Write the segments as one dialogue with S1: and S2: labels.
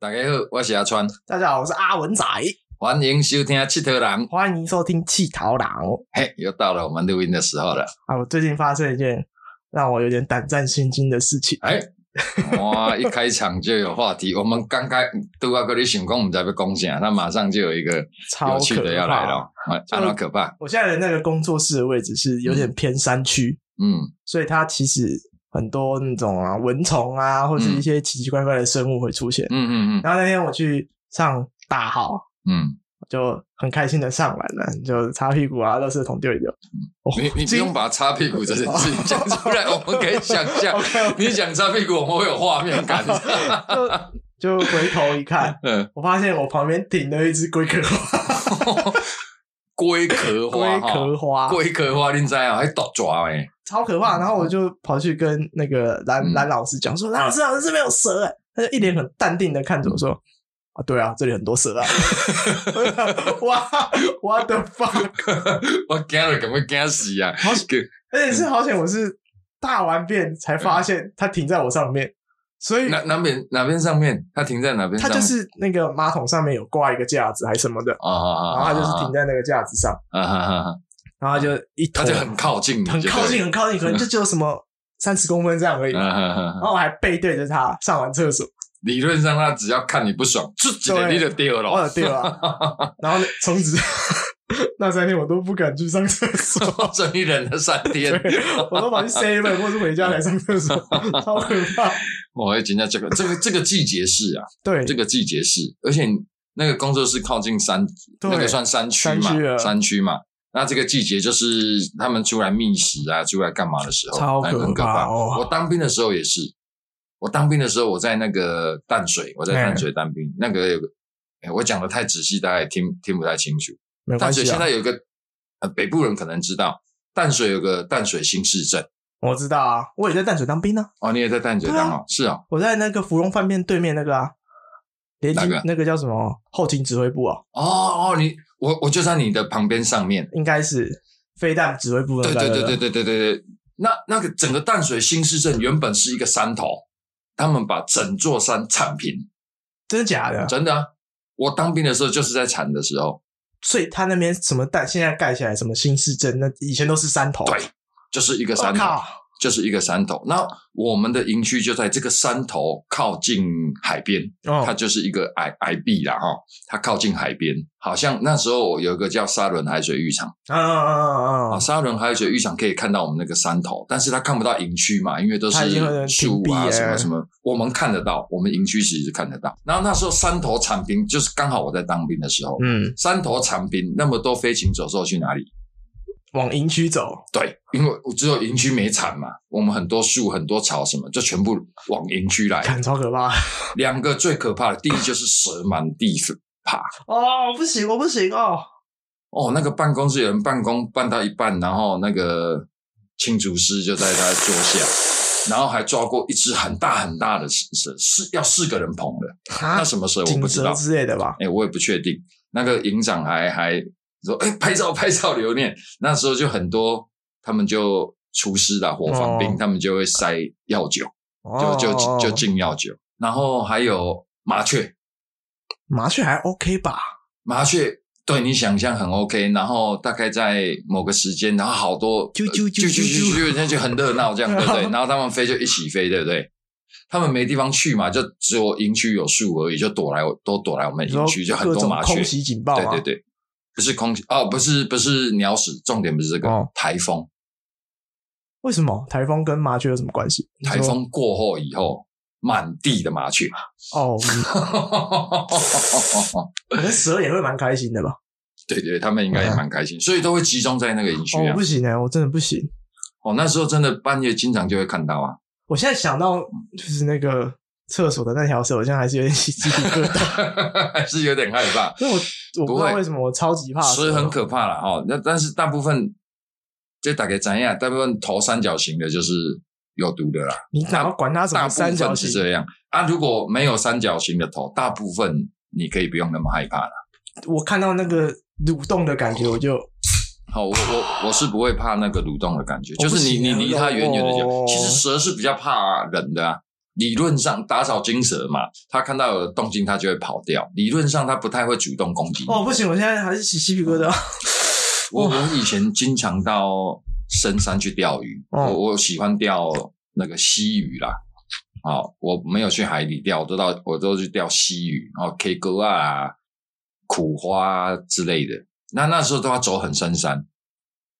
S1: 大家好，我是阿川，
S2: 大家好，我是阿文仔，
S1: 欢迎收听《七头狼》。
S2: 欢迎收听《气桃郎》
S1: 嘿，又到了我们录音的时候了。
S2: 啊！我最近发生一件让我有点胆战心惊的事情。
S1: 哎，哇，一开场就有话题。我们刚开都要跟你想讲，我们才不讲啥，那马上就有一个
S2: 超
S1: 有
S2: 可
S1: 趣的要来
S2: 怕！
S1: 了，哎，
S2: 就
S1: 啊那可怕。
S2: 我现在的那个工作室的位置是有点偏山区，
S1: 嗯
S2: 所以它其实很多那种啊蚊虫啊，或是一些奇奇怪怪的生物会出现。
S1: 嗯嗯嗯嗯
S2: 然后那天我去上大号，
S1: 嗯，
S2: 就很开心的上完了，就擦屁股啊，垃圾桶丢一丢。哦
S1: 你你不
S2: 今
S1: 用把擦屁股这件事情讲出来，我们可以想象。
S2: OK，
S1: 你讲擦屁股，我们会有画面感。
S2: 就回头一看，
S1: 嗯，
S2: 我发现我旁边顶了一只龟壳花，
S1: 龟壳花
S2: 龟
S1: 哈，
S2: 壳花，
S1: 龟壳花，你知啊？还毒爪诶。
S2: 超可怕。然后我就跑去跟那个蓝
S1: 嗯
S2: 蓝老师讲说，蓝老师，老师这边有蛇哎、他就一脸很淡定的看着我
S1: 嗯
S2: 说。啊，对啊，这里很多 蛇啊！我就想哇，what the fuck！
S1: 我惊了，赶快惊死啊！
S2: 好险
S1: 给
S2: 而且是好险，我是大完便才发现
S1: 嗯
S2: 它停在我上面，所以
S1: 哪哪边哪边上面？它停在哪边
S2: 它
S1: 上面？
S2: 就是那个马桶上面有挂一个架子还是什么的，
S1: 啊啊啊！
S2: 然后它就是停在那个架子上，
S1: 啊啊啊啊！
S2: 然后它就一头
S1: 它就很靠近你，
S2: 很靠近，很靠近，可能就只有什么三十公分这样而已。
S1: 对。
S2: 然
S1: 啊啊啊啊！
S2: 后我还背对着它上完厕所，
S1: 理论上，它只要看你不爽，就直接
S2: 对
S1: 你就丢了。
S2: 我有对啊， 然后从此 那三天我都不敢去上厕所，
S1: 所以忍了三天，
S2: 我都跑去 seven 或是回家来上厕所，超可怕。
S1: 哦我会觉得这个这个这个季节是啊，
S2: 对，
S1: 这个季节是，而且那个工作室靠近山，
S2: 对
S1: 那个算山区嘛
S2: 山区，啊
S1: 山区嘛。那这个季节就是他们出来觅食啊，出来干嘛的时候，
S2: 超
S1: 那很
S2: 可
S1: 可
S2: 怕
S1: 怕。
S2: 哦
S1: 我当兵的时候也是，我当兵的时候我在那个淡水，我在
S2: 嗯
S1: 淡水当兵，那个有个，哎我讲的太仔细，大家也听听不太清楚。
S2: 没
S1: 淡
S2: 关
S1: 水
S2: 系
S1: 现
S2: 啊，
S1: 在有一个，呃，北部人可能知道，淡水有个淡水新市镇
S2: 我知道啊，我也在淡水当兵呢，
S1: 哦，你也在淡水
S2: 对啊
S1: 当哦，是哦，
S2: 我在那个芙蓉饭店对面那个啊，联
S1: 哪
S2: 勤
S1: 个
S2: 那个叫什么后勤指挥部啊，
S1: 哦哦，你我我就在你的旁边上面。
S2: 应该是飞弹指挥部那
S1: 对
S2: 个，
S1: 对对对对对对对，那那个整个淡水新市镇原本是一个山头，他们把整座山铲平，
S2: 真的假的？
S1: 真的啊、我当兵的时候就是在铲的时候，
S2: 所以他那边什么蛋现在盖起来什么新市镇，那以前都是山头，
S1: 对就是一个
S2: 我
S1: 山头，
S2: 靠，
S1: 就是一个山头。那我们的营区就在这个山头靠近海边，它
S2: 哦，
S1: 就是一个矮矮壁啦哈、它靠近海边，好像那时候有一个叫沙仑海水浴场
S2: 嗯嗯嗯嗯
S1: 啊，
S2: 嗯，
S1: 沙仑海水浴场可以看到我们那个山头，但是它看不到营区嘛，因为都是
S2: 它已经有点屏
S1: 树
S2: 蔽
S1: 啊
S2: 耶
S1: 什么什么，我们看得到，我们营区其实看得到。然后那时候山头铲平，就是刚好我在当兵的时候，
S2: 嗯，
S1: 山头铲平那么多飞禽走兽去哪里？
S2: 往营区走，
S1: 对，因为我只有营区没铲嘛，我们很多树、很多草什么，就全部往营区来。
S2: 看超可怕。
S1: 两个最可怕的，第一就是蛇满地爬，
S2: 哦，不行，我不行哦。
S1: 哦，那个办公室有人办公办到一半，然后那个庆竹师就在他桌下，然后还抓过一只很大很大的蛇，是要四个人捧的，
S2: 啊
S1: 那，什么蛇我
S2: 锦
S1: 不知
S2: 蛇
S1: 道，
S2: 之类的吧？
S1: 哎、我也不确定。那个营长还还说，哎、拍照拍照留念。那时候就很多，他们就厨师啦、伙房兵，
S2: 哦
S1: 他们就会塞药酒，
S2: 哦
S1: 就就就进药酒，然后还有麻雀，
S2: 麻雀还 OK 吧？
S1: 麻雀对你想象很 OK，然后大概在某个时间，然后好多呃
S2: 啾啾
S1: 啾
S2: 啾
S1: 啾
S2: 啾
S1: 啾啾，那就很热闹，这样对不对
S2: 然？后
S1: 然后他们飞就一起飞，对不对？他们没地方去嘛，就只有营区有树而已，就躲来都躲来我们
S2: 你
S1: 营
S2: 说
S1: 区，就很
S2: 各
S1: 多
S2: 种
S1: 麻雀
S2: 空。袭警报啊
S1: 对
S2: 吗？
S1: 对对，不是空哦，不是不是鸟屎，重点不是这个
S2: 哦，
S1: 台风
S2: 为什么台风跟麻雀有什么关系？你说
S1: 台风过后以后，满地的麻雀，
S2: 哦，可能蛇也会蛮开心 的吧？
S1: 对对，他们应该
S2: 嗯
S1: 也蛮开心，所以都会集中在那个营区
S2: 哦，我
S1: 啊
S2: 不。行哎，我真的不行。
S1: 哦，那时候真的半夜经常就会看到啊。
S2: 我现在想到就是那个厕所的那条蛇，我现在还是有点 起鸡皮疙瘩。
S1: 还是有点害怕。
S2: 因为我我不知
S1: 不会
S2: 道为什么我超级怕
S1: 蛇
S2: 蛇
S1: 很可怕了哦，那但是大部分就大概怎样，大部分头三角形的就是有毒的啦，
S2: 你哪要管它什
S1: 大
S2: 么
S1: 部
S2: 三角
S1: 分是
S2: 形？
S1: 这样啊。如果没有三角形的头，大部分你可以不用那么害怕了。
S2: 我看到那个蠕动的
S1: 哦
S2: 感觉，我就
S1: 好，我我我是不会怕那个蠕动的感觉，
S2: 我
S1: 就
S2: 不
S1: 是你
S2: 行
S1: 你
S2: 啊
S1: 离它远远的
S2: 哦
S1: 就。其实蛇是比较怕人的啊，理论上打草惊蛇嘛，它看到有动静它就会跑掉。理论上它不太会主动攻击你。
S2: 哦，不行，我现在还是起鸡 皮疙瘩。
S1: 我我以前经常到深山去钓鱼，
S2: 哦
S1: 我我喜欢钓那个溪鱼啦。哦，我没有去海里钓，我都到我都去钓溪鱼，哦，K 歌啊、苦花啊之类的。那那时候都要走很深山，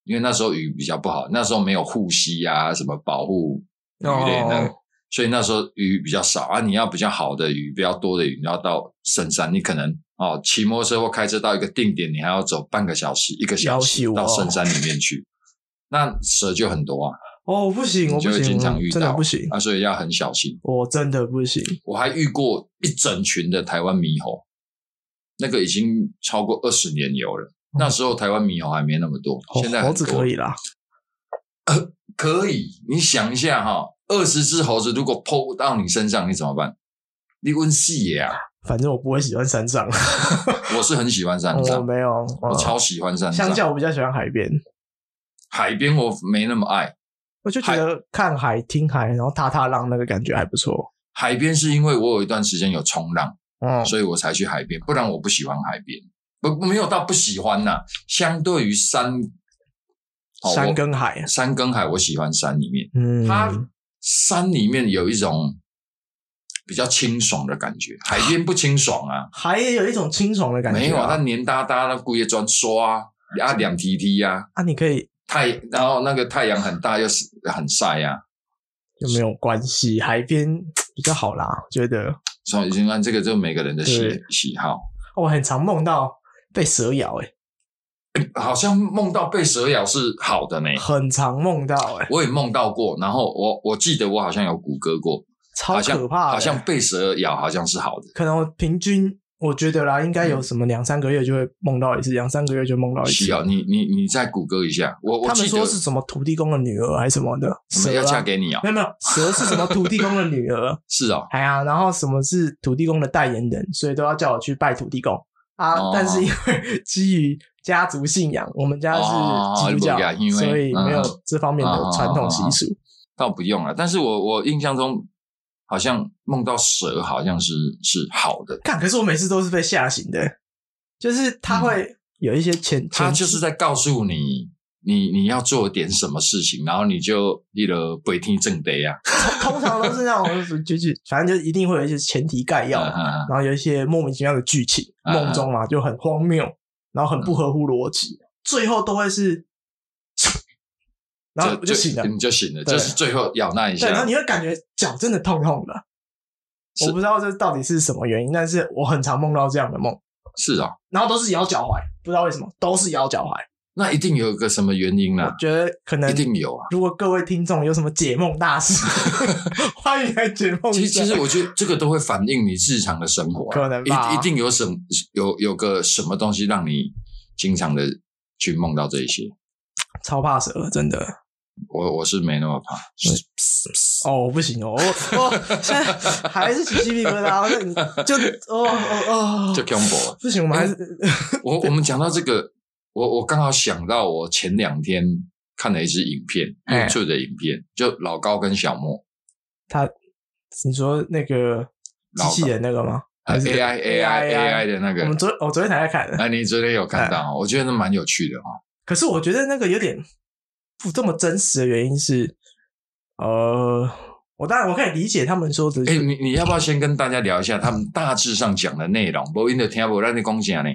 S1: 因为那时候鱼比较不好，那时候没有护膝啊，什么保护鱼类那个，
S2: 哦
S1: 所以那时候鱼比较少啊。你要比较好的鱼，比较多的鱼，你要到深山，你可能哦骑摩托车或开车到一个定点，你还要走半个小时、一个小时
S2: 要哦死我
S1: 到深山里面去。那蛇就很多啊，
S2: 哦，不行，我
S1: 你就
S2: 不
S1: 会
S2: 行，
S1: 经常
S2: 我
S1: 遇
S2: 真的
S1: 到，
S2: 不行，
S1: 啊，所以要很小心。
S2: 我真的不行。
S1: 我还遇过一整群的台湾猕猴，那个已经超过二十年有了。那时候台湾猕猴还没那么多，
S2: 嗯 哦
S1: 现在很
S2: 猴子
S1: 多
S2: 可以啦，
S1: 可以，你想一下哈、二十只猴子如果扑到你身上，你怎么办？你问细野啊！
S2: 反正我不会喜欢山上，
S1: 我是很喜欢山
S2: 我
S1: 上，
S2: 没有，
S1: 我
S2: 嗯
S1: 超喜欢山上。
S2: 相较我比较喜欢海边，
S1: 海边我没那么爱，
S2: 我就觉得看海、听海，然后踏踏浪那个感觉还不错。
S1: 海边是因为我有一段时间有冲浪，
S2: 嗯，
S1: 所以我才去海边，不然我不喜欢海边。不，没有到不喜欢呐、相对于山，哦我
S2: 山跟海，
S1: 山跟海，我喜欢山里面。
S2: 嗯，
S1: 它山里面有一种比较清爽的感觉，海边不清爽啊。
S2: 海也有一种清爽的感觉、
S1: 没有啊，
S2: 啊，
S1: 它黏哒哒的，故意砖刷啊，啊两 T T 呀，
S2: 啊，你可以
S1: 太然后那个太阳很大又是很晒呀、啊，
S2: 有没有关系？海边比较好啦，我觉得
S1: 所以你看这个就每个人的喜
S2: 对
S1: 喜好，
S2: 哦我很常梦到被蛇咬、欸，
S1: 好像梦到被蛇咬是好的呢，
S2: 很常梦到、欸，
S1: 我也梦到过，然后我我记得我好像有谷歌过，
S2: 超
S1: 好像
S2: 可怕的、欸
S1: 好像被蛇咬好像是好的，
S2: 可能我平均我觉得啦，应
S1: 嗯
S2: 该有什么两三个月就会梦到一次，两三个月就梦到一次
S1: 需。要你你你再谷歌一下，我啊我
S2: 他
S1: 记
S2: 们
S1: 得
S2: 说是什么土地公的女儿还是什么的
S1: 我们
S2: 蛇
S1: 要嫁
S2: 啊？
S1: 给你啊、
S2: 没有没有，蛇是什么土地公的女 儿？
S1: 是哦，
S2: 哎呀，然后什么是土地公的代言人，所以都要叫我去拜土地公啊。
S1: 哦
S2: 但是因为 基于家族信仰，我们家
S1: 哦
S2: 是基督教，
S1: 如果因为
S2: 所以没有
S1: 嗯
S2: 这方面的传统习俗。
S1: 倒不用了，但是我我印象中好像梦到蛇好像是是好的。
S2: 看、可是我每次都是被吓醒的，就是他会有一些前，
S1: 嗯他
S2: 前
S1: 就是在告诉你，你你要做点什么事情，然后你就一了不听正啊得呀，
S2: 通常都是那种，就是反正就一定会有一些前提概要，
S1: 嗯
S2: 然后有一些莫名其妙的剧情，
S1: 嗯
S2: 梦中嘛就很荒谬，然后很不合乎逻辑，最后都会是，然后我就醒了。
S1: 你就醒了，
S2: 对
S1: 就是最后咬那一
S2: 对，然
S1: 下
S2: 后，你会感觉脚真的痛痛的。
S1: 是
S2: 我不知道这到底是什么原因，但是我很常梦到这样的梦，
S1: 是啊、哦，
S2: 然后都是咬脚踝，不知道为什么都是咬脚踝。
S1: 那一定有个什么原因啦、
S2: 我觉得可能
S1: 一定有啊。
S2: 如果各位听众有什么解梦大师，欢迎来解梦一
S1: 其实，
S2: 下。
S1: 其实我觉得这个都会反映你日常的生活啊、
S2: 可能吧
S1: 一一定有什么有有个什么东西让你经常的去梦到这一些。
S2: 超怕蛇了，真的。
S1: 我我是没那么怕，
S2: 哦，不 行哦，我我现在还是起鸡皮疙 瘩，那你就哦哦 嗯
S1: 就
S2: 哦，
S1: 恐怖 啊。
S2: 不行，我们还是
S1: 我我们讲到这个，我我刚好想到，我前两天看了一支影片
S2: 哎
S1: ，YouTube 的影片，就老高跟小莫，
S2: 他，你说那个机器人那个吗？
S1: 呃
S2: 还是
S1: AI AI AI 的那
S2: 我
S1: 个
S2: 们。昨我昨天才在看的，
S1: 哎，你昨天有看到哦？我觉得那蛮有趣的哦。
S2: 可是我觉得那个有点不这么真实的原因是，呃，我当然我可以理解他们说的，
S1: 哎，你你要不要先跟大家聊一下他们大致上讲的内容？不因的听不让你讲啥呢？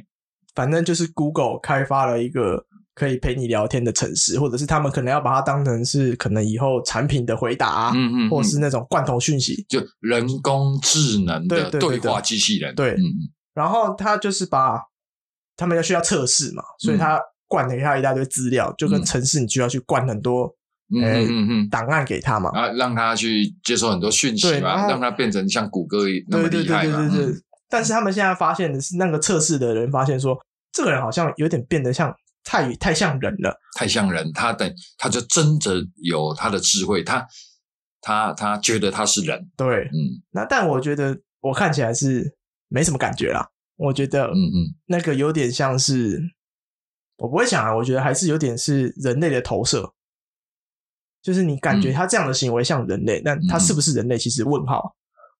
S2: 反正就是 Google 开发了一个可以陪你聊天的城市，或者是他们可能要把它当成是可能以后产品的回答、啊，
S1: 嗯嗯，
S2: 或者
S1: 嗯
S2: 是那种罐头讯息。
S1: 就人工智能的
S2: 对对
S1: 对
S2: 对
S1: 话机器人。
S2: 对
S1: 嗯嗯，
S2: 然后他就是把他们要需要测试嘛，所以
S1: 嗯
S2: 他灌了他一大堆资料，就跟城市你需要去灌很多
S1: 嗯
S2: 哎
S1: 嗯嗯嗯，
S2: 档案给他嘛。
S1: 啊，让他去接受很多讯息
S2: 对然
S1: 嘛，
S2: 后
S1: 让他变成像谷歌一那么
S2: 对对
S1: 厉
S2: 对
S1: 害
S2: 对
S1: 嘛。
S2: 对对。
S1: 嗯
S2: 但是他们现在发现的是，那个测试的人发现说，这个人好像有点变得像太太像人了。
S1: 太像人，他等他就真的有他的智慧，他他他觉得他是人，
S2: 对，
S1: 嗯
S2: 那但我觉得我看起来是没什么感觉啦。我觉得
S1: 嗯嗯，
S2: 那个有点像是，我不会想啊，我觉得还是有点是人类的投射。就是你感
S1: 嗯
S2: 觉他这样的行为像人类，但他是不是人类？其实问号。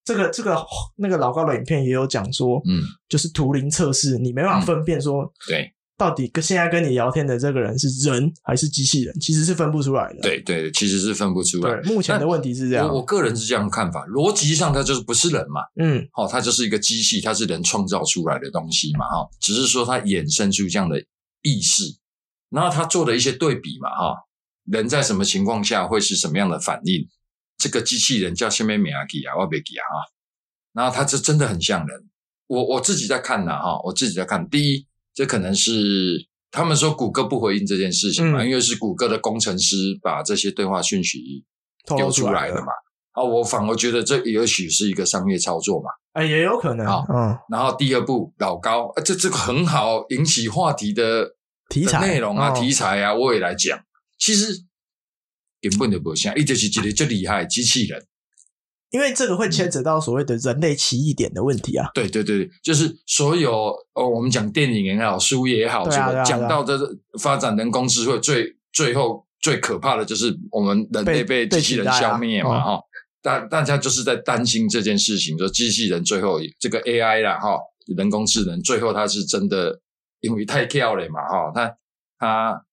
S2: 这个这个那个老高的影片也有讲说，
S1: 嗯，
S2: 就是图灵测试，你没办法分辨说
S1: 对
S2: 到底跟现在跟你聊天的这个人是人还是机器人，其实是分不出来的。
S1: 对对，其实是分不出来
S2: 对，。目前的问题是这样
S1: 我。我个人是这样看法，逻辑上它就是不是人嘛，
S2: 嗯，
S1: 哦，它就是一个机器，它是人创造出来的东西嘛，哈、只是说它衍生出这样的意识，然后它做的一些对比嘛，哈、人在什么情况下会是什么样的反应？这个机器人叫什么名啊？给啊，我别给啊，哈，然后它这真的很像人。我我自己在看呐、哈，我自己在看。第一，这可能是他们说谷歌不回应这件事情嘛，
S2: 嗯
S1: 因为是谷歌的工程师把这些对话讯息
S2: 透露
S1: 丢
S2: 出
S1: 出
S2: 来
S1: 来的
S2: 了，
S1: 嘛。啊，我反而觉得这也许是一个商业操作嘛。
S2: 哎，也有可能。
S1: 好
S2: 嗯，
S1: 然后第二部老高，啊、这这个很好引起话题的
S2: 题材
S1: 的内容啊、
S2: 哦
S1: 题材啊，我也来讲。其实根本就不像，一就是觉得最厉害的机器人。
S2: 因为这个会
S1: 嗯
S2: 牵扯到所谓的人类奇异点的问题啊。
S1: 对对对，就是所有哦，我们讲电影也好，书也好，
S2: 对
S1: 什
S2: 啊
S1: 么
S2: 对啊
S1: 讲到这发展人工智慧，最最后最可怕的就是我们人类
S2: 被
S1: 被机器人
S2: 被取代啊
S1: 消灭嘛，
S2: 哦
S1: 哈、大大家就是在担心这件事情，说机器人最后这个 AI 啦，哈、人工智能最后它是真的，因为太跳了嘛，哈、它它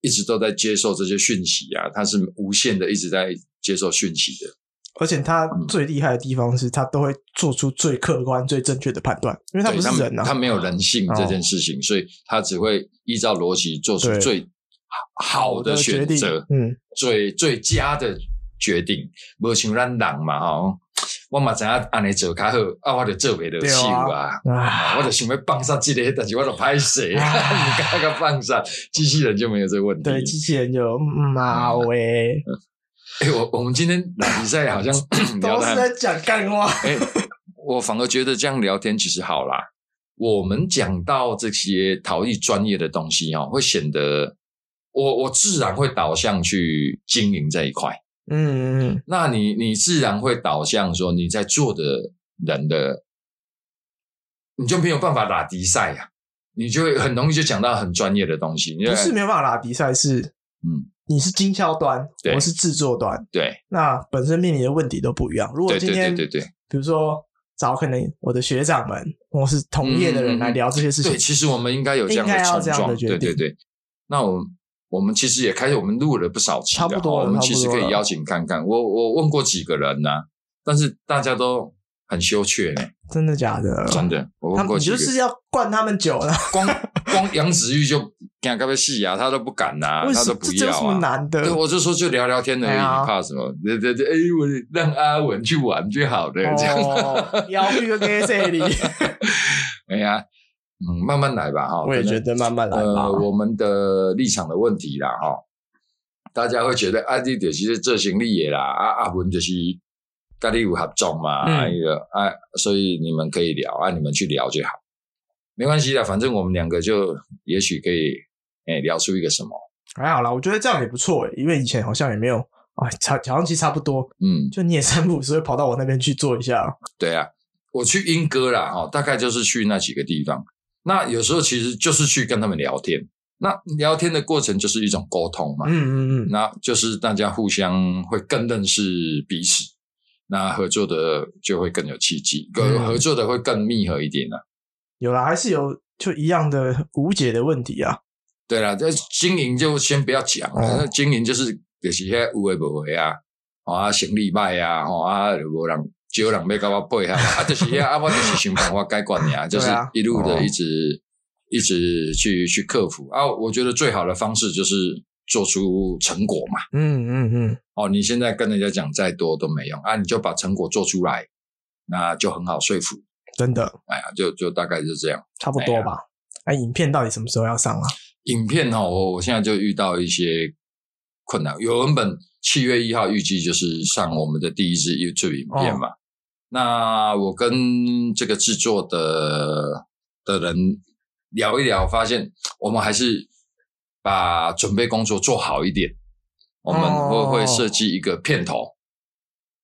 S1: 一直都在接受这些讯息啊，它是无限的一直在接受讯息的。
S2: 而且他
S1: 嗯
S2: 最厉害的地方是他都会做出最客观、最正确的判断，因为他
S1: 对
S2: 不
S1: 他
S2: 是
S1: 们
S2: 人啊。哦
S1: 他没有人性这件事情，所以他只会依照逻辑做出
S2: 对
S1: 最好的
S2: 的决
S1: 选
S2: 定
S1: 择，
S2: 嗯，
S1: 最最佳的决定。无像咱人嘛吼，我嘛知影安尼做较好，啊，我就做袂到
S2: 对啊
S1: 手啊。
S2: 啊，
S1: 啊我就想要放上这个，但是我就拍谁， 你敢敢放上？机器人就没有这个问题。
S2: 对，机器人就嗯啊喂，
S1: 哎、我我们今天打比赛好像 聊得
S2: 都是
S1: 还
S2: 在讲干 话。
S1: 哎、我反而觉得这样聊天其实好啦。我们讲到这些陶艺专业的东西哦，会显得我我自然会导向去经营这一块。
S2: 嗯嗯
S1: 那你你自然会导向说你在做的人的，你就没有办法打比赛呀、你就会很容易就讲到很专业的东西。你
S2: 嗯，
S1: 就
S2: 不是没有办法拉比赛，是
S1: 嗯，
S2: 你是经销端，
S1: 对
S2: 我是制作端，
S1: 对
S2: 那本身面临的问题都不一样。如果
S1: 对
S2: 今
S1: 对
S2: 天
S1: 对对对
S2: 比如说找可能我的学长们或是同
S1: 嗯
S2: 业的人来聊这些事情
S1: 对，，其实我们应该有这样
S2: 应
S1: 的
S2: 该要
S1: 冲
S2: 这样
S1: 撞。
S2: 的决
S1: 对
S2: 定
S1: 对对，那我们我们其实也开始，我们录了不少期了
S2: 差不多了
S1: 哦我们
S2: 差不
S1: 其
S2: 多
S1: 实可以
S2: 了
S1: 邀请看看。我我问过几个人呐、但是大家都很羞怯呢、
S2: 真的假的？
S1: 真的。我
S2: 他
S1: 问
S2: 们
S1: 过
S2: 你
S1: 几个
S2: 就，是要灌他们酒了，
S1: 光光杨子玉就敢干被戏啊，他都不敢呐、
S2: 为
S1: 他
S2: 什
S1: 都
S2: 么
S1: 不
S2: 这这有
S1: 要
S2: 什么
S1: 啊。
S2: 难的？
S1: 对，我就说就聊聊天而已，
S2: 哎呀
S1: 你怕什么？对对对，哎，我让阿文去玩就好了，这样。
S2: 哦，要去个 gay 这里，
S1: 哎呀，嗯，慢慢来吧，哈。
S2: 我也
S1: 可能
S2: 觉得慢慢来吧
S1: 呃，。我们的立场的问题啦，哈、大家会觉得啊，你就是做生意的啦，啊啊，文就是跟你有合作嘛，
S2: 嗯
S1: 啊，那个啊，所以你们可以聊啊，你们去聊就好，没关系的，反正我们两个就也许可以哎、聊出一个什么，
S2: 还好啦，我觉得这样也不错欸，因为以前好像也没有啊，差好像其实差不多，
S1: 嗯，
S2: 就你也三不五时会跑到我那边去做一下。
S1: 对啊，我去英歌啦，哈、大概就是去那几个地方，那有时候其实就是去跟他们聊天，那聊天的过程就是一种沟通嘛，
S2: 嗯嗯嗯，
S1: 那就是大家互相会更认识彼此，那合作的就会更有契机，合
S2: 嗯
S1: 合作的会更密合一点啊。
S2: 有啦，还是有就一样的无解的问题啊。
S1: 对啦，这经营就先不要讲了，
S2: 哦
S1: 经营就是就是些无为不为啊，哦啊行李卖啊，哦啊就无人少人要跟我配合啊，啊就是遐啊我就是想办法解决你 啊，就是一路
S2: 哦
S1: 的一直、一直去去克服啊。我觉得最好的方式就是做出成果嘛。
S2: 嗯嗯嗯，
S1: 哦，你现在跟人家讲再多都没用啊，你就把成果做出来，那就很好说服。
S2: 真的
S1: 哎呀，就就大概就这样。
S2: 差不多吧。哎，影片到底什么时候要上啊？
S1: 影片哦，我我现在就遇到一些困难。有文本七月一号预计就是上我们的第一支 YouTube 影片嘛。那我跟这个制作的的人聊一聊，发现我们还是把准备工作做好一点。我们会
S2: 哦
S1: 会设计一个片头。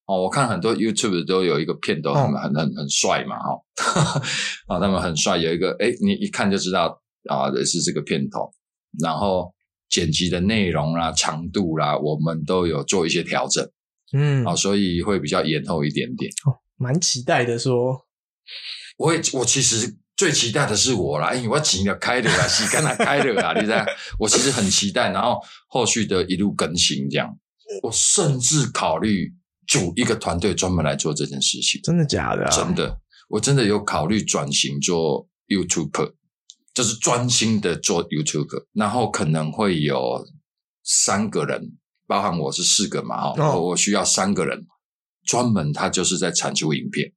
S1: 哦，我看很多 YouTube 都有一个片头，
S2: 哦
S1: 他们很很很帅嘛，哈、啊，他们很帅，有一个哎，诶你一看就知道啊，是这个片头。然后剪辑的内容啦、长度啦，我们都有做一些调整
S2: 嗯，
S1: 啊、所以会比较延后一点点。
S2: 蛮期待的说，
S1: 我也我其实最期待的是我啦，因为我请了开了啦，洗干了开了啦，你知道，我其实很期待，然后后续的一路更新这样，我甚至考虑组一个团队专门来做这件事情，
S2: 真的假的、啊？
S1: 真的，我真的有考虑转型做 YouTuber，就是专心的做 YouTuber，然后可能会有三个人，包含我是四个嘛，
S2: 哦
S1: 哦，我需要三个人，专门他就是在产出影片。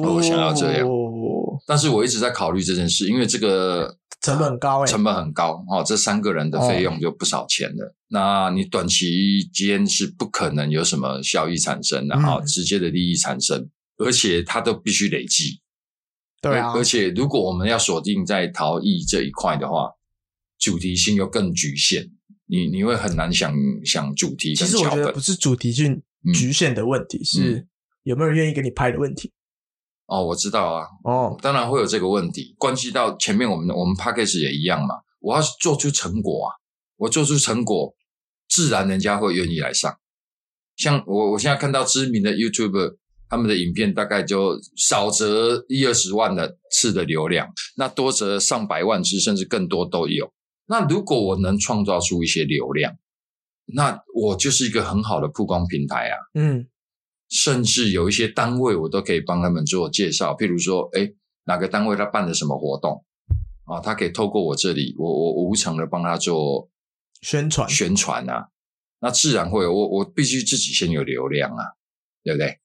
S2: 哦
S1: 我想要这样
S2: 哦
S1: 但是我一直在考虑这件事，因为这个
S2: 成本很高哎、
S1: 成本很高哦，这三个人的费
S2: 哦
S1: 用就不少钱了。那你短期间是不可能有什么效益产生的
S2: 嗯
S1: 哈、哦直接的利益产生，而且它都必须累积。
S2: 对啊
S1: 而，而且如果我们要锁定在陶艺这一块的话，主题性又更局限，你你会很难想想主题
S2: 其
S1: 跟
S2: 实我
S1: 脚
S2: 觉得
S1: 本
S2: 不是主题性
S1: 嗯
S2: 局限的问题，是有没有人愿意给你拍的问题。
S1: 哦。我知道啊，
S2: 哦，
S1: 当然会有这个问题，关系到前面我们我们 p a c k a g e 也一样嘛。我要做出成果啊，我做出成果，自然人家会愿意来上。像我我现在看到知名的 YouTuber，他们的影片大概就少则一二十万的次的流量，那多则上百万次甚至更多都有。那如果我能创造出一些流量，那我就是一个很好的曝光平台啊。
S2: 嗯，
S1: 甚至有一些单位我都可以帮他们做介绍，譬如说，哎，哪个单位他办了什么活动啊，他可以透过我这里，我我我无偿的帮他做
S2: 宣传
S1: 宣传啊，那自然会有我我必须自己先有流量啊，对不对？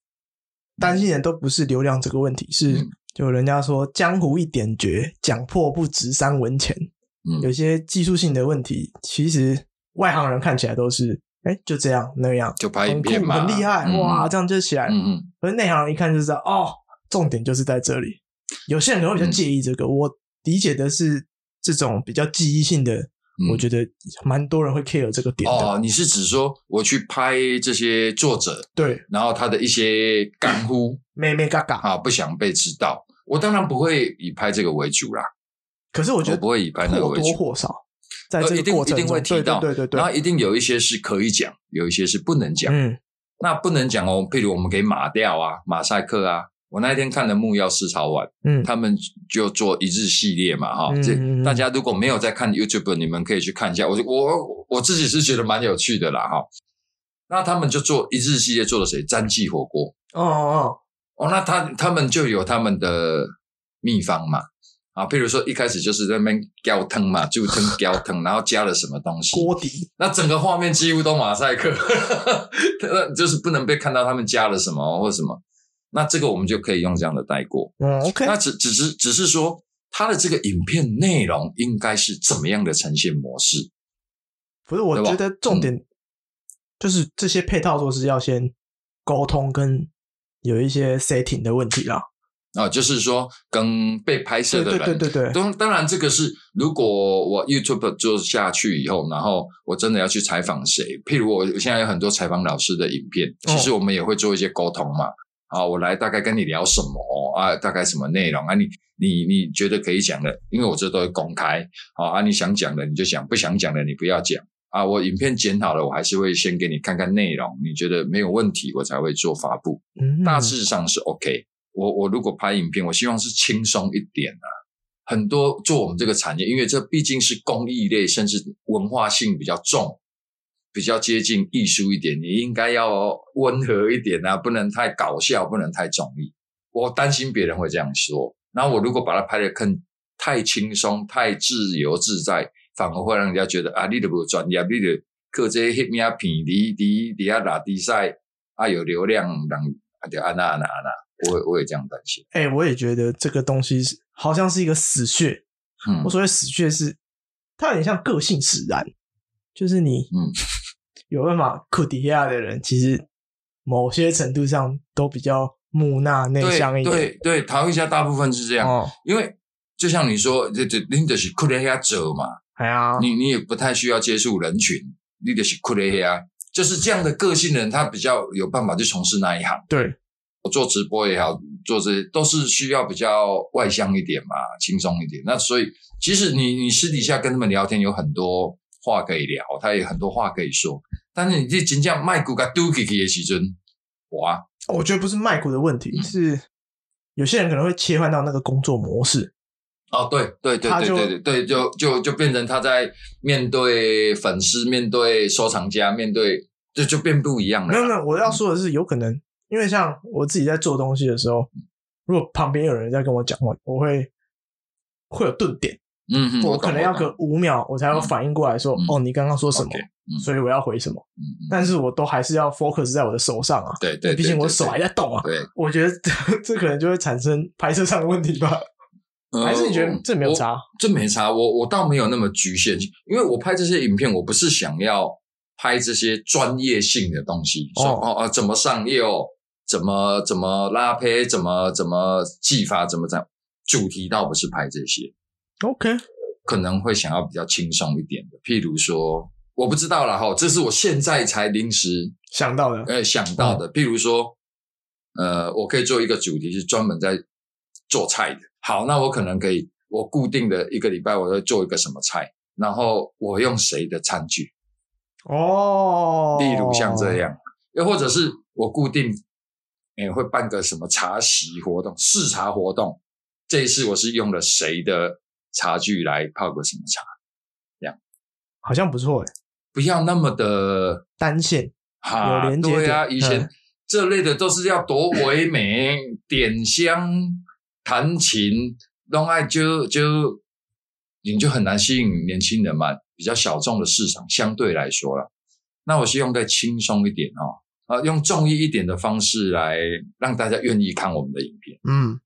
S2: 担心人都不是流量这个问题，是
S1: 嗯
S2: 就人家说江湖一点绝，讲破不值三文钱。
S1: 嗯
S2: 有些技术性的问题，其实外行人看起来都是，哎，就这样那样，
S1: 就拍
S2: 很
S1: 影
S2: 哦酷，
S1: 片嘛，
S2: 很厉害，
S1: 嗯
S2: 哇，，这样就起来。
S1: 嗯嗯，
S2: 而内行人一看就知道，哦，重点就是在这里。有些人可能会
S1: 嗯
S2: 比较介意这个，我理解的是这种比较记忆性的，
S1: 嗯
S2: 我觉得蛮多人会 care 这个点的。
S1: 哦，你是指说我去拍这些作者，
S2: 对，
S1: 然后他的一些干呼
S2: 妹妹嘎嘎。
S1: 啊，不想被知道，我当然不会以拍这个为主啦，
S2: 可是我觉
S1: 我
S2: 得
S1: 不会以拍那个
S2: 或
S1: 为主
S2: 多。或少在
S1: 呃
S2: 这
S1: 一
S2: 个
S1: 定
S2: 过
S1: 一
S2: 程
S1: 定
S2: 中，
S1: 会提到，
S2: 对对对对
S1: 然后
S2: 对，
S1: 一定有一些是可以讲，有一些是不能讲。
S2: 嗯，
S1: 那不能讲哦，譬如我们给马吊啊、马赛克啊。我那一天看的木曜思潮晚，
S2: 嗯
S1: 他们就做一日系列嘛，哈、
S2: 嗯
S1: 这
S2: 嗯嗯
S1: 大家如果没有在看 YouTube，你们可以去看一下。我就我我自己是觉得蛮有趣的啦，哈。那他们就做一日系列，做了谁？詹记火锅
S2: 哦哦，
S1: 哦，那他他们就有他们的秘方嘛，啊，譬如说一开始就是在那边浇汤嘛，就汤浇汤，然后加了什么东西，
S2: 锅底，
S1: 那整个画面几乎都马赛克， 那就是不能被看到他们加了什么哦或什么。那这个我们就可以用这样的带过。
S2: 嗯，OK，
S1: 那只只是只是说，它的这个影片内容应该是怎么样的呈现模式？
S2: 不是，我
S1: 对吧嗯
S2: 觉得重点就是这些配套措施要先沟通跟有一些 setting 的问题啦。
S1: 啊、就是说跟被拍摄
S2: 对
S1: 的
S2: 对
S1: 人，
S2: 对对对，
S1: 当当然，这个是如果我 YouTube 做下去以后，然后我真的要去采访谁，譬如我现在有很多采访老师的影片，其
S2: 哦
S1: 实我们也会做一些沟通嘛。啊，我来大概跟你聊什么啊？大概什么内容啊？你你你觉得可以讲的，因为我这都会公开。好啊，你想讲的你就讲，不想讲的你不要讲。啊，我影片剪好了，我还是会先给你看看内容，你觉得没有问题，我才会做发布。
S2: 嗯
S1: 大致上是 OK。我我如果拍影片，我希望是轻松一点啊。很多做我们这个产业，因为这毕竟是公益类，甚至文化性比较重，比较接近艺术一点，你应该要温和一点啊，不能太搞笑，不能太中意。我担心别人会这样说。然后我如果把它拍的更太轻松、太自由自在，反而会让人家觉得啊，你都不专业，你的靠这些影片，你你你啊打比赛啊有流量，让啊对安娜安娜安娜，我也我也这样担心。
S2: 哎、我也觉得这个东西是好像是一个死穴，
S1: 嗯
S2: 我，所谓死穴是，它有点像个性使然，就是你，
S1: 嗯，
S2: 有办法克迪亚的人，其实某些程度上都比较木讷内向一
S1: 对
S2: 点。
S1: 对对，陶艺家大部分是这样，
S2: 哦，
S1: 因为就像你说，这这你就是酷雷亚走嘛，
S2: 哎呀，
S1: 你你也不太需要接触人群，你就是酷雷亚，就是这样的个性的人，他比较有办法去从事那一行。
S2: 对，
S1: 我做直播也好，做这些都是需要比较外向一点嘛，轻松一点。那所以，其实你你私底下跟他们聊天有很多话可以聊，他也很多话可以说。但是你这真正卖骨甲丢给去的时阵，哇，
S2: 我觉得不是卖股的问
S1: 嗯
S2: 题，是有些人可能会切换到那个工作模式。
S1: 哦，对对对
S2: 他
S1: 对
S2: 就
S1: 对对对，就就就变成他在面对粉丝、面对收藏家、面对就就变不一样
S2: 没
S1: 了
S2: 有没
S1: 啦。
S2: 有，我要说的是，有可能因为像我自己在做东西的时候，
S1: 嗯
S2: 如果旁边有人在跟我讲话，我会会有顿点，
S1: 嗯哼，
S2: 我
S1: 懂
S2: 可能要
S1: 我懂
S2: 个五秒，我才会反应过来说，
S1: 嗯
S2: 哦，你刚刚说什么
S1: OK，嗯
S2: 所以我要回什么，
S1: 嗯嗯
S2: 但是我都还是要 focus 在我的手上啊，
S1: 对对，对
S2: 毕竟我
S1: 对
S2: 手还在动啊。
S1: 对，
S2: 我觉得这 这可能就会产生拍摄上的问题吧？
S1: 呃
S2: 还是你觉得这没有？
S1: 我
S2: 差？
S1: 这没差，我我倒没有那么局限性，因为我拍这些影片，我不是想要拍这些专业性的东西，
S2: 哦
S1: 说哦啊怎么上釉，怎么怎么拉胚，怎么怎么技法，怎么怎样，主题倒不是拍这些，
S2: OK，
S1: 可能会想要比较轻松一点的，譬如说。我不知道啦哈，这是我现在才临时
S2: 想到的，
S1: 呃想到的。譬如说，呃，我可以做一个主题是专门在做菜的。好，那我可能可以，我固定的一个礼拜我会做一个什么菜，然后我用谁的餐具，
S2: 哦，
S1: 呃例如像这，样，又或者是我固定，诶、会办个什么茶席活动、试茶活动。这一次我是用了谁的茶具来泡个什么茶，
S2: 好像不错诶，
S1: 不要那么的
S2: 单线
S1: 哈
S2: 有连接
S1: 对啊，
S2: 点
S1: 以前
S2: 嗯
S1: 这类的都是要多唯美、点香、弹琴，弄爱就就你就很难吸引年轻人嘛，比较小众的市场相对来说啦。那我希望再轻松一点哦，啊，用综艺一点的方式来让大家愿意看我们的影片。
S2: 嗯，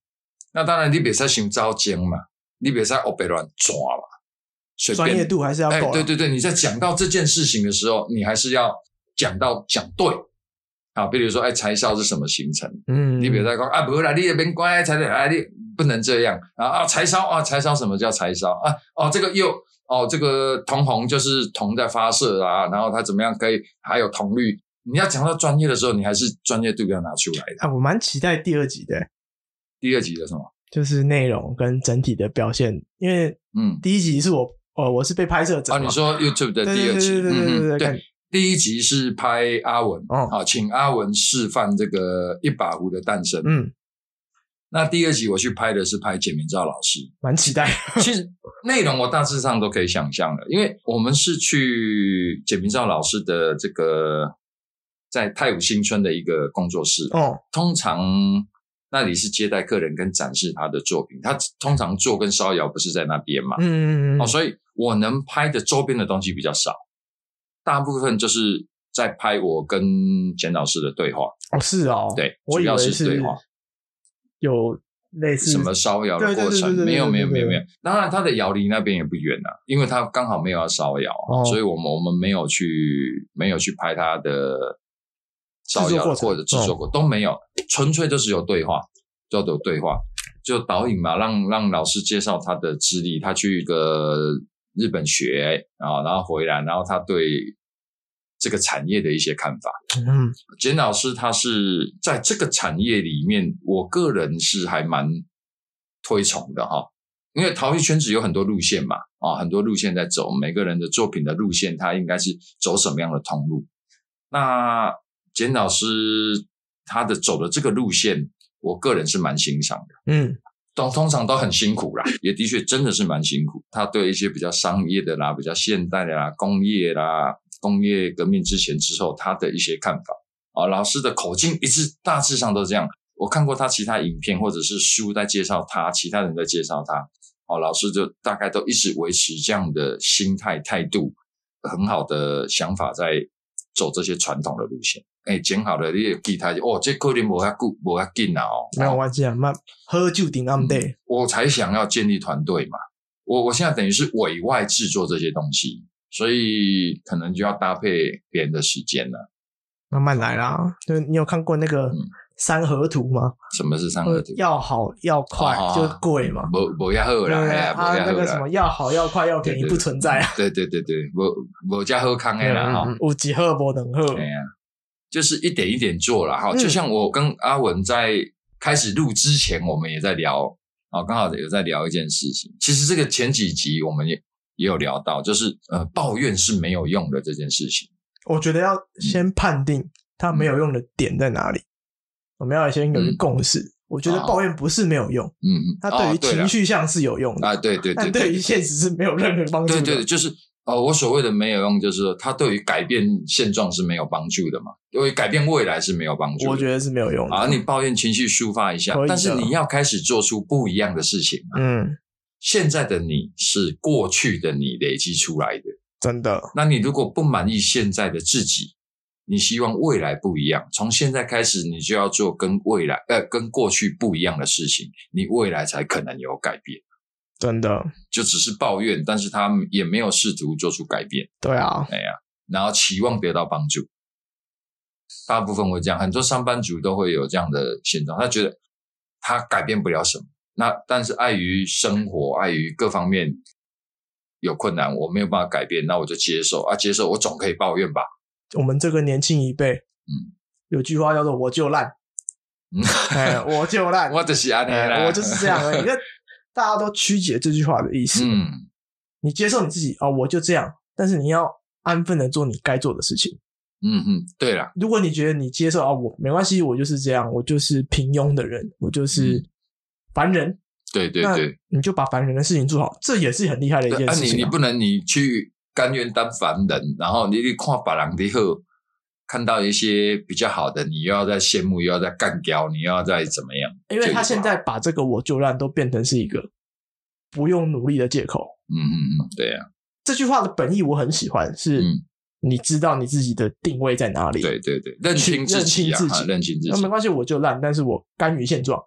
S1: 那当然，你别再想招奸嘛，你别再哦别乱抓嘛，随
S2: 专业
S1: 便
S2: 度还是要
S1: 哎，
S2: 够啦。
S1: 对对对，你在讲到这件事情的时候，你还是要讲到讲对啊。比如说，哎，柴烧是什么形成？
S2: 嗯，
S1: 你别再讲啊，不会啦，你也别乖，柴烧啊，你不能这样啊啊！柴烧啊，柴烧什么叫柴烧啊？哦，这个釉哦，这个铜红就是铜在发射啊，然后它怎么样可以？还有铜绿，你要讲到专业的时候，你还是专业度要拿出来的。
S2: 啊，我蛮期待第二集的欸，
S1: 第二集的什么？
S2: 就是内容跟整体的表现，因为
S1: 嗯，
S2: 第一集是我，呃，我是被拍摄者
S1: 啊，
S2: 嘛
S1: 你说 YouTube 的
S2: 对
S1: 第二集，
S2: 对
S1: 嗯
S2: 对对对对
S1: 嗯
S2: 对看
S1: 对，第一集是拍阿文，
S2: 哦
S1: 啊，请阿文示范这个一把壶的诞生。
S2: 嗯，
S1: 那第二集我去拍的是拍简明照老师，
S2: 蛮期待，
S1: 其实内容我大致上都可以想象了，因为我们是去简明照老师的这个在泰武新村的一个工作室，
S2: 哦，
S1: 通常那里是接待客人跟展示他的作品，他通常做跟烧窑不是在那边嘛，
S2: 嗯嗯嗯嗯
S1: 哦，，所以我能拍的周边的东西比较少，大部分就是在拍我跟简老师的对话，
S2: 哦是哦，
S1: 对，
S2: 我
S1: 主
S2: 以
S1: 要
S2: 为
S1: 是对
S2: 是
S1: 话。
S2: 有类似
S1: 什么烧窑的
S2: 对对
S1: 过
S2: 对
S1: 程
S2: 对对，对
S1: 没有
S2: 对
S1: 没有
S2: 对
S1: 没有
S2: 对
S1: 没有。当然，他的窑离那边也不远啊，因为他刚好没有要烧窑
S2: 哦
S1: 啊，所以我们我们没有去没有去拍他的烧
S2: 制作
S1: 窑
S2: 过程哦
S1: 或者制作过都没有，纯粹就是有对话，就有对话，就导引嘛，让让老师介绍他的资历，他去一个日本学啊，然后回来，然后他对这个产业的一些看法。
S2: 嗯
S1: 简老师他是在这个产业里面，我个人是还蛮推崇的哈、因为陶艺圈子有很多路线嘛，啊，很多路线在走，每个人的作品的路线，他应该是走什么样的通路。那简老师他的走的这个路线，我个人是蛮欣赏的，
S2: 嗯
S1: 通通常都很辛苦啦，也的确真的是蛮辛苦。他对一些比较商业的啦、比较现代的啦、工业啦、工业革命之前之后，他的一些看法。啊，老师的口径一致，大致上都这样。我看过他其他影片或者是书在介绍他，其他人在介绍他，哦，老师就大概都一直维持这样的心态态度，很好的想法在走这些传统的路线。哎，剪好了你也记他哦，这可能无遐久无遐紧啦哦，
S2: 没有关系啊，慢喝酒顶 on day，
S1: 我才想要建立团队嘛。我我现在等于是委外制作这些东西，所以可能就要搭配别人的时间了。
S2: 慢慢来啦。就是你有看过那个
S1: 嗯
S2: 三合图吗？
S1: 什么是三合图？
S2: 要好要快
S1: 哦
S2: 就贵嘛。
S1: 不不要喝啦，
S2: 对
S1: 哎呀，不
S2: 啊，
S1: 要
S2: 那
S1: 喝
S2: 个什
S1: 啦
S2: 么。要好要快要便宜
S1: 对对
S2: 不存在啊。
S1: 对对对对，无无加喝
S2: 嗯
S1: 康的啦哈，
S2: 有几赫不等赫，
S1: 哎呀，就是一点一点做啦哈。
S2: 嗯
S1: 就像我跟阿文在开始录之哦前，我们也在聊啊，刚好有在聊一件事情。其实这个前几集我们也也有聊到，就是呃，抱怨是没有用的这件事情。
S2: 我觉得要先判定它没有用的点在哪里，我们要先有一个共识。我觉得抱怨不是没有用，
S1: 嗯嗯，
S2: 它对于
S1: 哦对了
S2: 情绪上是有用的，
S1: 啊，对对对
S2: 但对于现实是没有任何帮助
S1: 对
S2: 的。
S1: 对对，就是呃，我所谓的没有用，就是说它对于改变现状是没有帮助的嘛，对于改变未来是没有帮助的。
S2: 我觉得是没有用的。
S1: 啊，你抱怨情绪抒发一下
S2: 可以，的
S1: 但是你要开始做出不一样的事情啊。
S2: 嗯，
S1: 现在的你是过去的你累积出来的，
S2: 真的，
S1: 那你如果不满意现在的自己，你希望未来不一样，从现在开始你就要做跟未来呃跟过去不一样的事情，你未来才可能有改变。
S2: 真的，
S1: 就只是抱怨，但是他也没有试图做出改变。
S2: 对啊，
S1: 哎呀，然后期望得到帮助。大部分会这样，很多上班族都会有这样的现状，他觉得他改变不了什么，那但是碍于生活，碍于各方面有困难，我没有办法改变，那我就接受啊，接受我总可以抱怨吧。
S2: 我们这个年轻一辈，
S1: 嗯，
S2: 有句话叫做“我 就烂
S1: 嗯，”，
S2: 哎，我就烂，
S1: 我就是安尼啦，
S2: 哎，我就是这样而已。因为大家都曲解这句话的意思，
S1: 嗯，
S2: 你接受你自己哦，我就这样，但是你要安分的做你该做的事情。
S1: 嗯嗯，对了，
S2: 如果你觉得你接受啊、我没关系，我就是这样，我就是平庸的人，我就是
S1: 嗯
S2: 凡人，
S1: 对对
S2: 那
S1: 对，
S2: 你就把凡人的事情做好，这也是很厉害的一件
S1: 啊
S2: 事
S1: 你
S2: 情、
S1: 你不能你去甘愿当凡人，然后你去看别人的后，看到一些比较好的，你又要再羡慕，又要再干掉，你又要再怎么样？
S2: 因为他
S1: 这一
S2: 现
S1: 块
S2: 在把这个我就烂都变成是一个不用努力的借口。
S1: 嗯嗯嗯，对呀、啊，
S2: 这句话的本意我很喜欢，是
S1: 嗯
S2: 你知道你自己的定位在哪里。
S1: 对对对，认清自己啊，
S2: 认清自己
S1: 啊认清自己
S2: 那，没关系，我就烂，但是我甘于现状，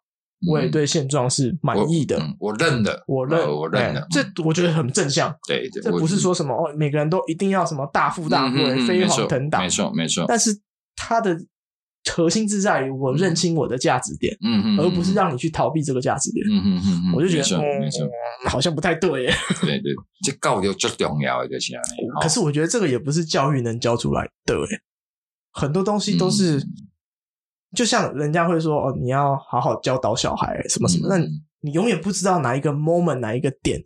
S2: 我也
S1: 嗯
S2: 对现状是满意的。
S1: 嗯我认了，
S2: 我认，
S1: 呃我认
S2: 哎
S1: 了，嗯
S2: 这我觉得很正向。
S1: 对对，
S2: 这
S1: 我
S2: 不是说什么哦，每个人都一定要什么大富大
S1: 嗯
S2: 贵、
S1: 嗯嗯
S2: 飞
S1: 没
S2: 黄
S1: 错
S2: 腾达
S1: 没，错没错，
S2: 但是它的核心是在于我认清我的价值点，
S1: 嗯嗯，
S2: 而不是
S1: 嗯
S2: 让你去逃避这个价值点。
S1: 嗯嗯嗯嗯，
S2: 我就觉
S1: 没
S2: 得
S1: 错
S2: 嗯
S1: 没错，
S2: 好像不太对耶。
S1: 对对，这教育最重要的就是安尼，
S2: 可是我觉得这个也不是教育能教出来的耶，很多东西都是、
S1: 嗯
S2: 就像人家会说哦，你要好好教导小孩什么什么，那、
S1: 嗯
S2: 你永远不知道哪一个 moment 哪一个点，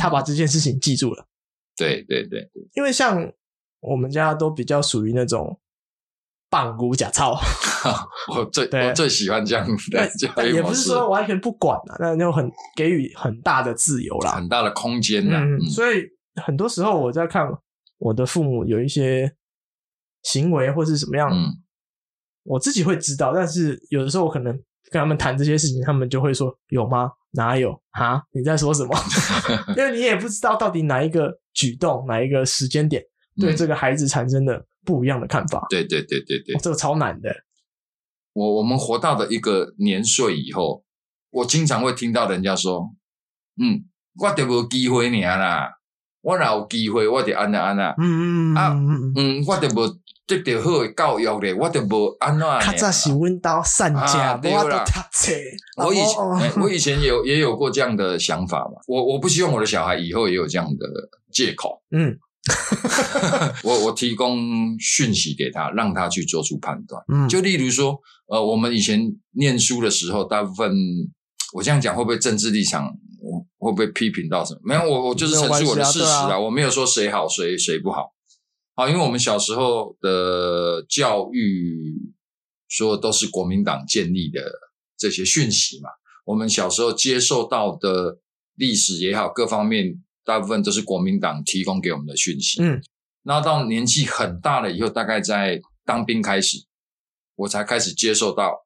S2: 他把这件事情记住了。
S1: 对对对，
S2: 因为像我们家都比较属于那种棒骨假操，
S1: 我最
S2: 对
S1: 我最喜欢这样的教
S2: 但
S1: 育
S2: 也
S1: 模
S2: 不是
S1: 式，
S2: 说完全不管啊，那就很给予很大的自由啦。
S1: 很大的空间呐。
S2: 嗯，
S1: 嗯
S2: 所以很多时候我在看我的父母有一些行为或是怎么样，
S1: 嗯
S2: 我自己会知道，但是有的时候我可能跟他们谈这些事情，他们就会说：“有吗？哪有？哈，你在说什么？”因为你也不知道到底哪一个举动、哪一个时间点对
S1: 嗯
S2: 这个孩子产生的不一样的看法，
S1: 对对对对对
S2: 哦，这个超难的。
S1: 我我们活到的一个年岁以后，我经常会听到人家说，嗯，我得无机会你啦，我哪有机会，我得安那安那，
S2: 嗯嗯
S1: 啊
S2: 嗯嗯。
S1: 嗯，我得无得到好的教育咧，我得无安那
S2: 他这是阮刀善家，
S1: 啊对啦
S2: 我都读册。
S1: 我以前、
S2: 啊
S1: 哎我以前也有也有过这样的想法嘛，我我不希望我的小孩以后也有这样的借口，
S2: 嗯
S1: 我我提供讯息给他，让他去做出判断。
S2: 嗯，
S1: 就例如说，呃，我们以前念书的时候，大部分我这样讲会不会政治立场，我会不会批评到什么？没有，我我就是
S2: 没有
S1: 陈
S2: 关
S1: 述
S2: 系啊
S1: 我的事实
S2: 对啊
S1: 我没有说谁好谁谁不好。好，因为我们小时候的教育说都是国民党建立的这些讯息嘛，我们小时候接受到的历史也好，各方面大部分都是国民党提供给我们的讯息。
S2: 嗯，
S1: 然后到年纪很大了以后，大概在当兵开始，我才开始接受到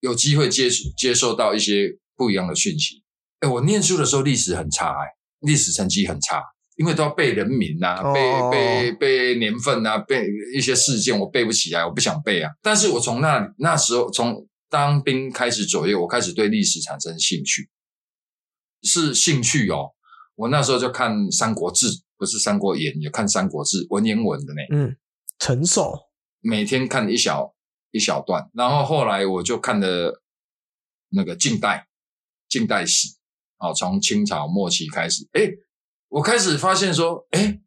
S1: 有机会接接受到一些不一样的讯息。哎，我念书的时候历史很差、哎，历史成绩很差，因为都要背人名呐、
S2: 哦
S1: 背背背年份呐、背一些事件，我背不起来，我不想背啊。但是我从那那时候从当兵开始左右，我开始对历史产生兴趣，是兴趣哦。我那时候就看《三国志》，不是《三国演义》，有看《三国志》文言文的呢。
S2: 嗯，承受
S1: 每天看一小一小段，然后后来我就看了那个近代近代史，哦，从清朝末期开始，诶，我开始发现说，诶，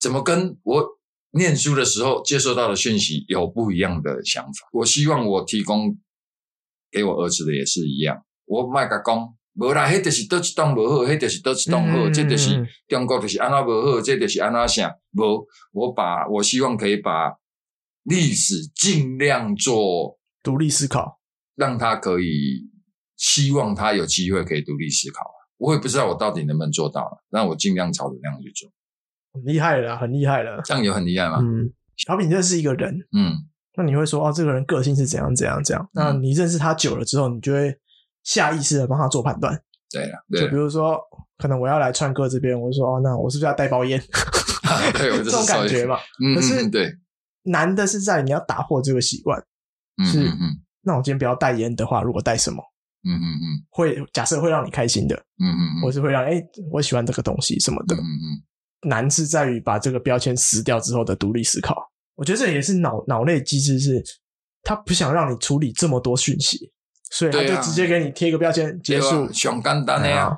S1: 怎么跟我念书的时候接受到的讯息有不一样的想法？我希望我提供给我儿子的也是一样，我卖个工，无啦，迄就是倒一栋无好，迄就是倒一栋好，
S2: 嗯
S1: 这就是
S2: 嗯
S1: 中国就是安那无好，这就是安那啥。无，我把我希望可以把历史尽量做，
S2: 独立思考，
S1: 让它可以，希望它有机会可以独立思考。我也不知道我到底能不能做到啦，但我尽量朝着那样去做，
S2: 很厉害啊了，很厉害了。
S1: 这样也很厉害嘛。
S2: 嗯，好比你认识一个人，
S1: 嗯
S2: 那你会说哦，这个人个性是怎样怎样怎样。那你认识他久了之后，你就会下意识的帮他做判断。
S1: 对了，
S2: 就
S1: 对
S2: 比如说，可能我要来串歌这边，我就说哦，那我是不是要带包烟？
S1: 啦，嗯 对，我
S2: 这
S1: 就是
S2: 种感觉
S1: 嘛。
S2: 嘛。
S1: 嗯，
S2: 可是
S1: 嗯嗯对，
S2: 难的是在你要打破这个习惯。
S1: 嗯
S2: 是
S1: 嗯嗯
S2: 那我今天不要带烟的话，如果带什么，
S1: 嗯嗯嗯
S2: 会假设会让你开心的，
S1: 嗯嗯，
S2: 或是会让哎、诶我喜欢这个东西什么的
S1: 嗯。嗯
S2: 难是在于把这个标签撕掉之后的独立思考。我觉得这也是脑脑内机制是，他不想让你处理这么多讯息，所以他
S1: 对
S2: 就
S1: 啊
S2: 直接给你贴一个标签，结束
S1: 对啊上简单的
S2: 哎
S1: 呀
S2: 呀，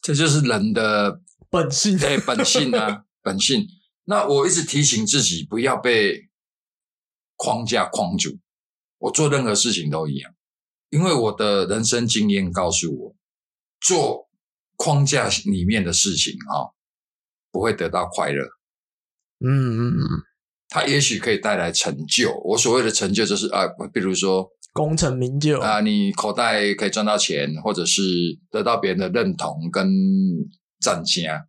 S1: 这就是人的
S2: 本性。
S1: 对本性啊，本性。那我一直提醒自己不要被框架框住，我做任何事情都一样，因为我的人生经验告诉我，做框架里面的事情啊、不会得到快乐。
S2: 嗯嗯嗯，
S1: 它也许可以带来成就。我所谓的成就，就是啊，比如说
S2: 功成名就
S1: 啊、你口袋可以赚到钱，或者是得到别人的认同跟赞加，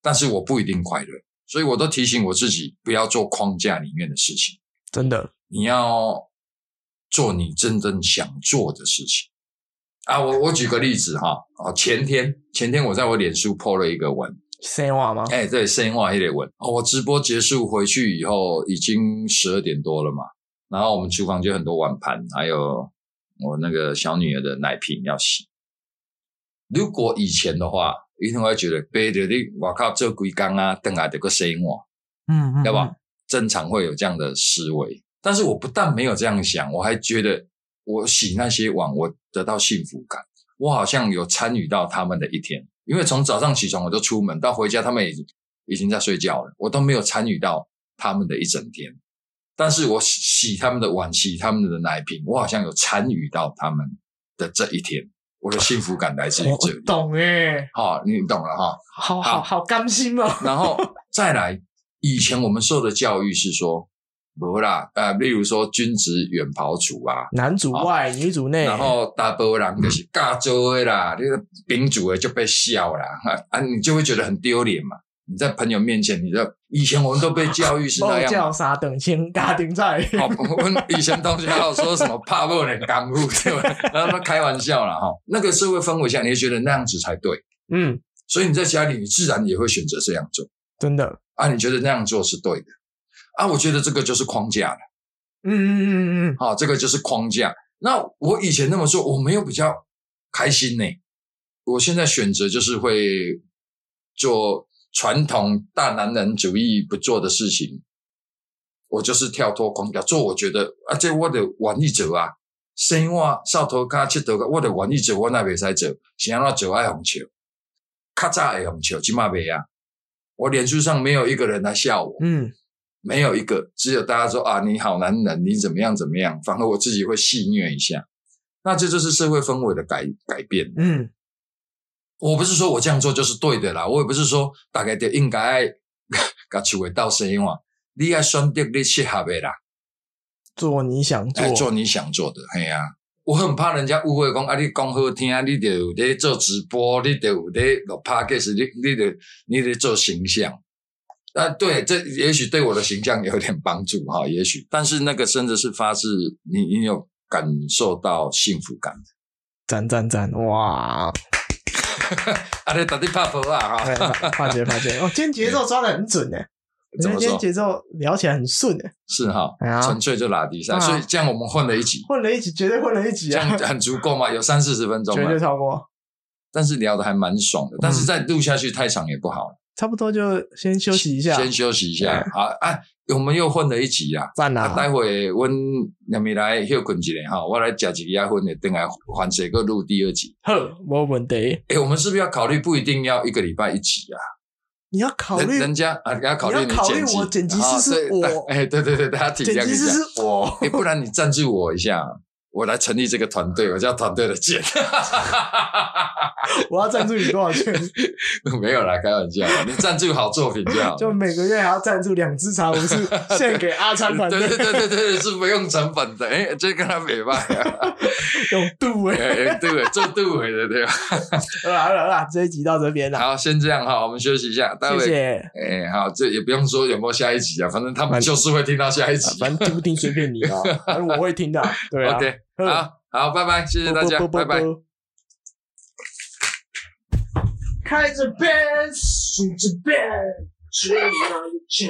S1: 但是我不一定快乐，所以我都提醒我自己不要做框架里面的事情，
S2: 真的
S1: 你要做你真正想做的事情。啊，我我举个例子哈，啊，前天前天我在我脸书 po 了一个文，
S2: 生话吗？
S1: 哎、对，声音化一类文。哦，我直播结束回去以后，已经十二点多了嘛。然后我们厨房就很多碗盘，还有我那个小女儿的奶瓶要洗。如果以前的话，一定会觉得背着你，我靠，这鬼缸啊，等下得个声音化，
S2: 嗯嗯，
S1: 对吧？正常会有这样的思维，但是我不但没有这样想，我还觉得我洗那些碗，我得到幸福感，我好像有参与到他们的一天。因为从早上起床我就出门，到回家他们已经已经在睡觉了，我都没有参与到他们的一整天。但是我洗洗他们的碗，洗他们的奶瓶，我好像有参与到他们的这一天，我的幸福感来自于
S2: 我
S1: 这里。
S2: 懂哎，
S1: 好、你懂了哈、
S2: 好好
S1: 好
S2: 好甘心哦。
S1: 然后再来，以前我们受的教育是说，不啦，呃，例如说君子远庖厨啊，
S2: 男主外，女主内，
S1: 然后大波人就是尬州的啦，这个宾主的就被笑啦，啊，你就会觉得很丢脸嘛。你在朋友面前，你就以前我们都被教育是那
S2: 包
S1: 样嘛
S2: 叫。啥等先嘎顶在，
S1: 哦，我们以前同学还有说什么怕不人干物，对吧？然后他开玩笑了哈、那个社会氛围下，你就觉得那样子才对，
S2: 嗯，
S1: 所以你在家里，你自然也会选择这样做。
S2: 真的，
S1: 啊，你觉得那样做是对的啊？我觉得这个就是框架了，
S2: 嗯嗯嗯嗯
S1: 好、这个就是框架。那我以前那么做，我没有比较开心呢、我现在选择就是会做传统大男人主义不做的事情，我就是跳脱框架做。我觉得啊，这我的玩意者啊，生活扫头卡佚佗个，我的玩意者我那袂使做，是安怎做爱红笑，较早会红笑，即嘛袂啊。我脸书上没有一个人来笑我，
S2: 嗯，
S1: 没有一个，只有大家说啊，你好男人，你怎么样怎么样，反而我自己会戏谑一下。那这就是社会氛围的改改变。
S2: 嗯
S1: 我不是说我这样做就是对的啦，我也不是说大概就应该 甲厝诶斗生活，你要选择你适合的啦，
S2: 做你想
S1: 哎，
S2: 做，
S1: 做你想做的，嘿啊。我很怕人家误会，讲啊，你讲好听，你就有在做直播，你就有在录 podcast，你你就你在做形象。啊，对，这也许对我的形象有点帮助哈，也许，但是那个真的是发自你，你有感受到幸福感。
S2: 赞赞赞，哇！
S1: 啊，你打你拍婆啊
S2: 哎
S1: 哈，
S2: 发觉发觉，哦，今天节奏抓的很准哎，我觉
S1: 怎
S2: 得
S1: 么
S2: 今
S1: 说？
S2: 天节奏聊起来很顺哎，
S1: 是哈
S2: 哎呀，
S1: 纯粹就拉低赛，
S2: 啊
S1: 所以这样我们混了一 集，
S2: 混了一集，绝对混了一集
S1: 这
S2: 啊
S1: 样，很足够嘛，有三四十分钟
S2: 绝对嗯
S1: 了，
S2: 超过，
S1: 但是聊的还蛮爽的，但是再录下去太长也不好了，
S2: 差不多就先休息一下，
S1: 先休息一下
S2: 哎，
S1: 好啊，我们又混了一集啦。
S2: 赞
S1: 啊，
S2: 啦，
S1: 待会阮两咪来休困一下哈，我来吃一个烟的，等下还水个录第二集。
S2: 呵，没问题，
S1: 诶，我们是不是要考虑不一定要一个礼拜一集啊？
S2: 你要考
S1: 人
S2: 虑
S1: 人家啊，要考虑
S2: 你要考虑
S1: 剪辑，
S2: 我剪辑师
S1: 啊
S2: 是
S1: 对
S2: 我
S1: 哎，对对对，大家体谅
S2: 剪
S1: 一
S2: 辑师
S1: 下。
S2: 是我，
S1: 诶，不然你赞助我一下，我来成立这个团队，我叫团队的剑。
S2: 我要赞助你多少钱？
S1: 没有啦，开玩笑，你赞助好作品就好。
S2: 就每个月还要赞助两支茶，我 是献给阿昌团
S1: 对对
S2: 队
S1: 对对对，是不用成本的。哎，这跟他没卖啊，
S2: 用度哎、欸。
S1: 哎 对，做杜伟的对吧？
S2: 好啦好啦好啦，这一集到这边啦，
S1: 好，先这样哈，我们休息一下，待
S2: 谢
S1: 会。
S2: 谢。
S1: 哎，好，这也不用说有没有下一集啊，反正他们就是会听到下一
S2: 啊
S1: 集。
S2: 反正听不听随便你 啊，反正我会听的啊。对啊，
S1: OK，
S2: 嗯
S1: 好好，拜拜，谢谢大家，
S2: 啵
S1: 拜
S2: 啵啵
S1: 拜。
S2: 啵。开着 b e n 数着 b e n 吹你妈的 c